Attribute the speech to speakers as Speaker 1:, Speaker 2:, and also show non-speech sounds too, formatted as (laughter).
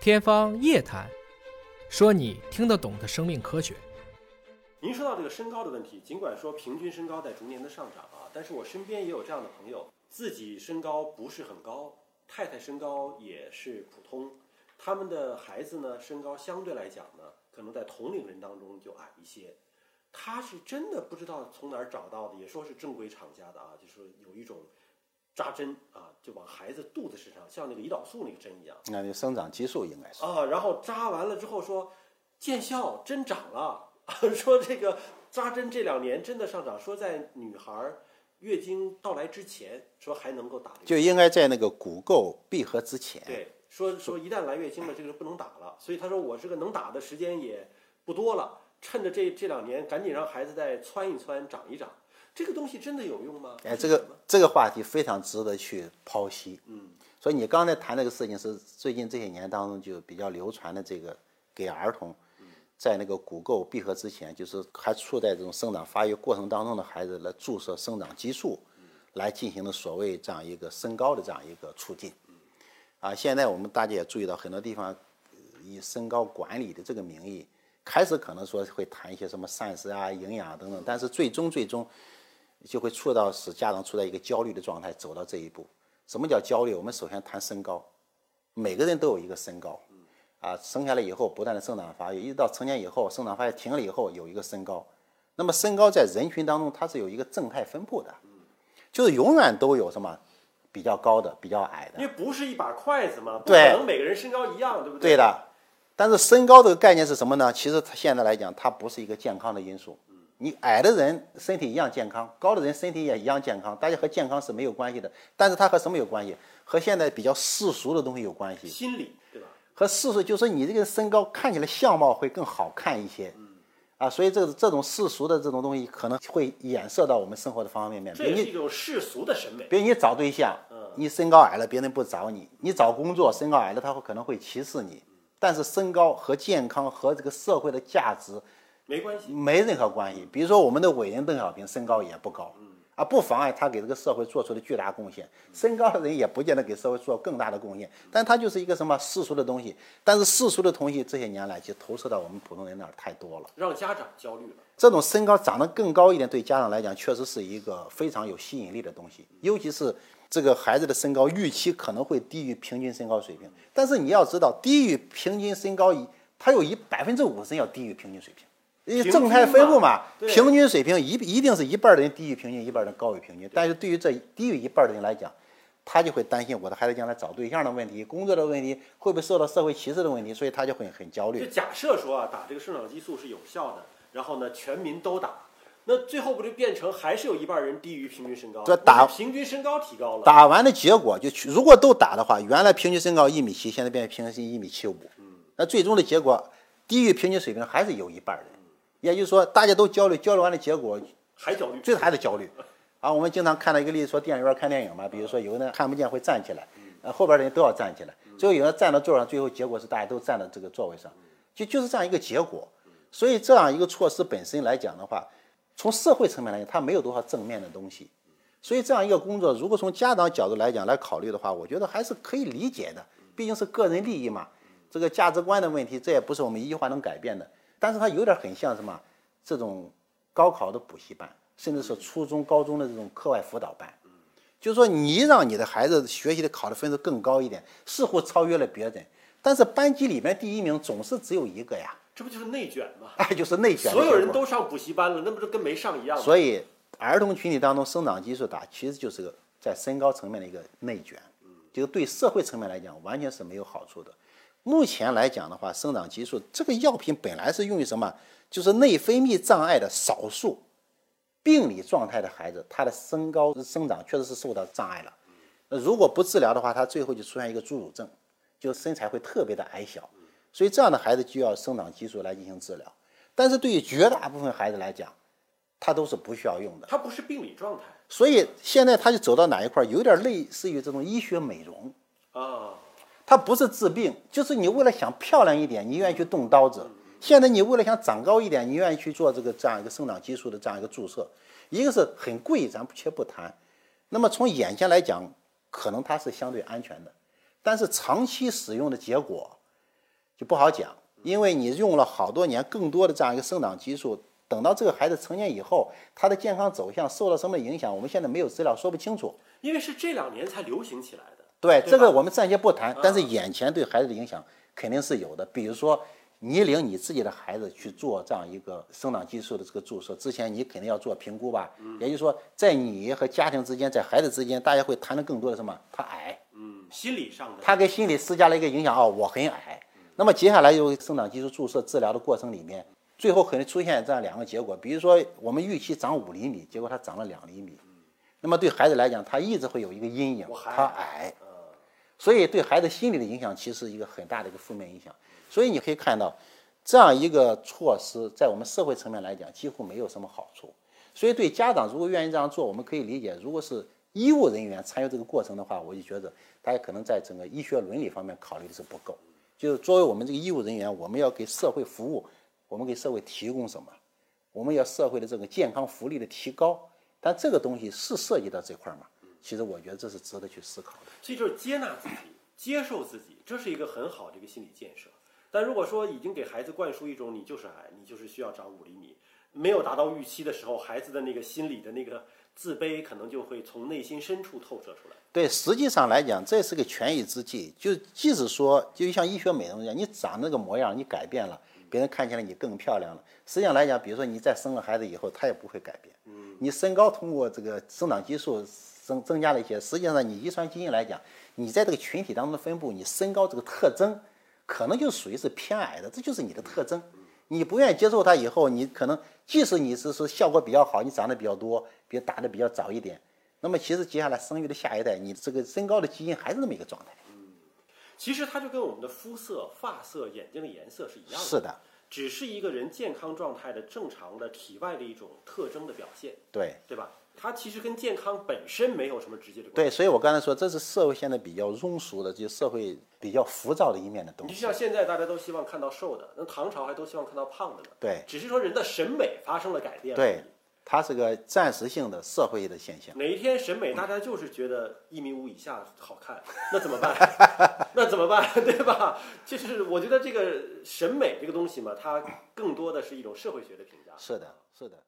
Speaker 1: 天方夜谭，说你听得懂的生命科学。
Speaker 2: 您说到这个身高的问题，尽管说平均身高在逐年的上涨啊，但是我身边也有这样的朋友，自己身高不是很高，太太身高也是普通，他们的孩子呢身高相对来讲呢，可能在同龄人当中就矮一些。他是真的不知道从哪儿找到的，也说是正规厂家的啊，就是说有一种扎针啊，就往孩子肚子身上，像那个胰岛素那个针一样
Speaker 3: 那那生长激素应该是
Speaker 2: 啊，然后扎完了之后说见效，真长了， (laughs) 说这个扎针这两年真的上涨，说在女孩儿月经到来之前，说还能够打这个
Speaker 3: 就应该在那个骨垢闭合之前。
Speaker 2: 对，说说一旦来月经了，这个是不能打了。所以他说我这个能打的时间也不多了，趁着这这两年赶紧让孩子再窜一窜、长一长。这个东西真的有用吗？
Speaker 3: 哎，这个这个话题非常值得去剖析。
Speaker 2: 嗯，
Speaker 3: 所以你刚才谈那个事情是最近这些年当中就比较流传的这个给儿童，在那个骨垢闭合之前，就是还处在这种生长发育过程当中的孩子来注射生长激素，来进行的所谓这样一个身高的这样一个促进。啊，现在我们大家也注意到很多地方呃以身高管理的这个名义，开始可能说会谈一些什么膳食啊、营养啊等等，但是最终最终。就会触到使家长处在一个焦虑的状态，走到这一步。什么叫焦虑？我们首先谈身高，每个人都有一个身高，啊，生下来以后不断的生长发育，一直到成年以后，生长发育停了以后有一个身高。那么身高在人群当中它是有一个正态分布的，就是永远都有什么比较高的、比较矮的
Speaker 2: 因。为不是一把筷子嘛，不可
Speaker 3: 对
Speaker 2: 能每个人身高一样，对不
Speaker 3: 对的。但是身高这个概念是什么呢？其实它现在来讲，它不是一个健康的因素。你矮的人身体一样健康，高的人身体也一样健康，大家和健康是没有关系的。但是它和什么有关系？和现在比较世俗的东西有关系。
Speaker 2: 心理对吧？
Speaker 3: 和世俗就是你这个身高看起来相貌会更好看一些。
Speaker 2: 嗯
Speaker 3: 啊，所以这个这种世俗的这种东西，可能会衍射到我们生活的方方面面。
Speaker 2: 这
Speaker 3: 比如
Speaker 2: 也
Speaker 3: 你
Speaker 2: 是一种世俗的审美。
Speaker 3: 比如你找对象，你身高矮了，别人不找你；你找工作，身高矮了，他会可能会歧视你。但是身高和健康和这个社会的价值
Speaker 2: 没关系，
Speaker 3: 没任何关系。比如说我们的伟人邓小平，身高也不高，啊，不妨碍他给这个社会做出的巨大贡献。身高的人也不见得给社会做更大的贡献，但他就是一个什么世俗的东西。但是世俗的东西这些年来，其实投射到我们普通人那儿太多了。
Speaker 2: 让家长焦虑了。
Speaker 3: 这种身高长得更高一点，对家长来讲确实是一个非常有吸引力的东西，尤其是这个孩子的身高预期可能会低于平均身高水平，但是你要知道，低于平均身高一，它有一百分之五十要低于平均水平。因为
Speaker 2: 平均
Speaker 3: 正态分布嘛
Speaker 2: 嘛，对
Speaker 3: 平均水平一一定是一半的人低于平均，一半的人高于平均。但是对于这低于一半的人来讲，他就会担心我的孩子将来找对象的问题、工作的问题，会不会受到社会歧视的问题，所以他就会很焦
Speaker 2: 就。
Speaker 3: 虑
Speaker 2: 假设说啊，打这个生长激素是有效的，然后呢，全民都打，那最后不就变成还是有一半人低于平均身高？
Speaker 3: 这打
Speaker 2: 那是平均身高提高了，
Speaker 3: 打完的结果就去如果都打的话，原来平均身高一米七，现在变成平均身一米七五。那最终的结果低于平均水平还是有一半人，也就是说大家都焦虑，焦虑完的结果
Speaker 2: 还焦虑。
Speaker 3: 最后还是焦虑。啊，我们经常看到一个例子，说电影院看电影嘛，比如说有的人看不见会站起来，呃，后边的人都要站起来，最后有人站到座上，最后结果是大家都站到这个座位上，就就是这样一个结果。所以这样一个措施本身来讲的话，从社会层面来讲，它没有多少正面的东西。所以这样一个工作，如果从家长角度来讲来考虑的话，我觉得还是可以理解的，毕竟是个人利益嘛。这个价值观的问题，这也不是我们一句话能改变的。但是它有点很像什么？这种高考的补习班，甚至是初中、高中的这种课外辅导班。就是说，你让你的孩子学习的考的分数更高一点，似乎超越了别人，但是班级里面第一名总是只有一个呀， (laughs)
Speaker 2: 这不就是内卷吗？
Speaker 3: 哎，就是内卷的
Speaker 2: 所有
Speaker 3: 结
Speaker 2: 人
Speaker 3: 果
Speaker 2: 都上补习班了，那不就跟没上一样吗？
Speaker 3: 所以，儿童群体当中生长激素打，其实就是个在身高层面的一个内卷，就是对社会层面来讲，完全是没有好处的。目前来讲的话，生长激素这个药品本来是用于什么？就是内分泌障碍的少数病理状态的孩子，他的身高生长确实是受到障碍了。那如果不治疗的话，他最后就出现一个侏儒症，就身材会特别的矮小。所以这样的孩子就要生长激素来进行治疗。但是对于绝大部分孩子来讲，他都是不需要用的。
Speaker 2: 它不是病理状态
Speaker 3: 所以现在他就走到哪一块儿，有点类似于这种医学美容，
Speaker 2: 啊，
Speaker 3: 它不是治病，就是你为了想漂亮一点，你愿意去动刀子；现在你为了想长高一点，你愿意去做这个这样一个生长激素的这样一个注射。一个是很贵，咱不且不谈。那么从眼前来讲，可能它是相对安全的，但是长期使用的结果，就不好讲，因为你用了好多年更多的这样一个生长激素，等到这个孩子成年以后，他的健康走向受到什么影响，我们现在没有资料说不清楚。
Speaker 2: 因为是这两年才流行起来的。
Speaker 3: 对
Speaker 2: 对
Speaker 3: 这个
Speaker 2: 吧嗯
Speaker 3: 我们暂且不谈，但是眼前对孩子的影响肯定是有的。比如说，你领你自己的孩子去做这样一个生长激素的这个注射之前，你肯定要做评估吧？
Speaker 2: 嗯
Speaker 3: 也就是说，在你和家庭之间，在孩子之间，大家会谈的更多的什么？他矮，
Speaker 2: 嗯，心理上的。
Speaker 3: 他给心理施加了一个影响哦，我很
Speaker 2: 嗯
Speaker 3: 矮。那么接下来由生长激素注射治疗的过程里面，最后可能出现这样两个结果，比如说我们预期长五厘米，结果他长了两厘米，那么对孩子来讲，他一直会有一个阴影
Speaker 2: 我，还
Speaker 3: 他
Speaker 2: 矮
Speaker 3: 矮，
Speaker 2: 嗯，
Speaker 3: 所以对孩子心理的影响其实是一个很大的一个负面影响。所以你可以看到，这样一个措施在我们社会层面来讲几乎没有什么好处。所以对家长如果愿意这样做，我们可以理解；如果是医务人员参与这个过程的话，我就觉得大家可能在整个医学伦理方面考虑的是不够。就是作为我们这个医务人员，我们要给社会服务，我们给社会提供什么？我们要社会的这个健康福利的提高，但这个东西是涉及到这块儿吗？其实我觉得这是值得去思考的。
Speaker 2: 所以就是接纳自己，接受自己，这是一个很好的一个心理建设。但如果说已经给孩子灌输一种你就是矮，你就是需要长五厘米，没有达到预期的时候，孩子的那个心理的那个自卑可能就会从内心深处透射出来。
Speaker 3: 对，实际上来讲，这是个权宜之计。就即使说，就像医学美容一样，你长那个模样，你改变了，别人看起来你更漂亮了。实际上来讲，比如说你再生个孩子以后，他也不会改变。你身高通过这个生长激素增增加了一些，实际上你遗传基因来讲，你在这个群体当中的分布，你身高这个特征，可能就属于是偏矮的，这就是你的特征。你不愿意接受它以后，你可能即使你是说效果比较好，你长得比较多，比如打得比较早一点，那么其实接下来生育的下一代，你这个身高的基因还是那么一个状态。
Speaker 2: 其实它就跟我们的肤色、发色、眼睛的颜色是一样的，
Speaker 3: 是的，
Speaker 2: 只是一个人健康状态的正常的体外的一种特征的表现，
Speaker 3: 对
Speaker 2: 对吧？它其实跟健康本身没有什么直接的关系。
Speaker 3: 对，所以我刚才说，这是社会现在比较庸俗的，就是社会比较浮躁的一面的东
Speaker 2: 你就
Speaker 3: 西
Speaker 2: 像。现在大家都希望看到瘦的，那唐朝还都希望看到胖的呢。
Speaker 3: 对
Speaker 2: 只是说人的审美发生了改变。
Speaker 3: 对，，它是个暂时性的社会的现象。
Speaker 2: 哪一天审美大家就是觉得一米五以下好看，那怎么
Speaker 3: (laughs)
Speaker 2: 办？那怎么办？ (laughs) 对吧？就是我觉得这个审美这个东西嘛，它更多的是一种社会学的评价。
Speaker 3: 是的，是的。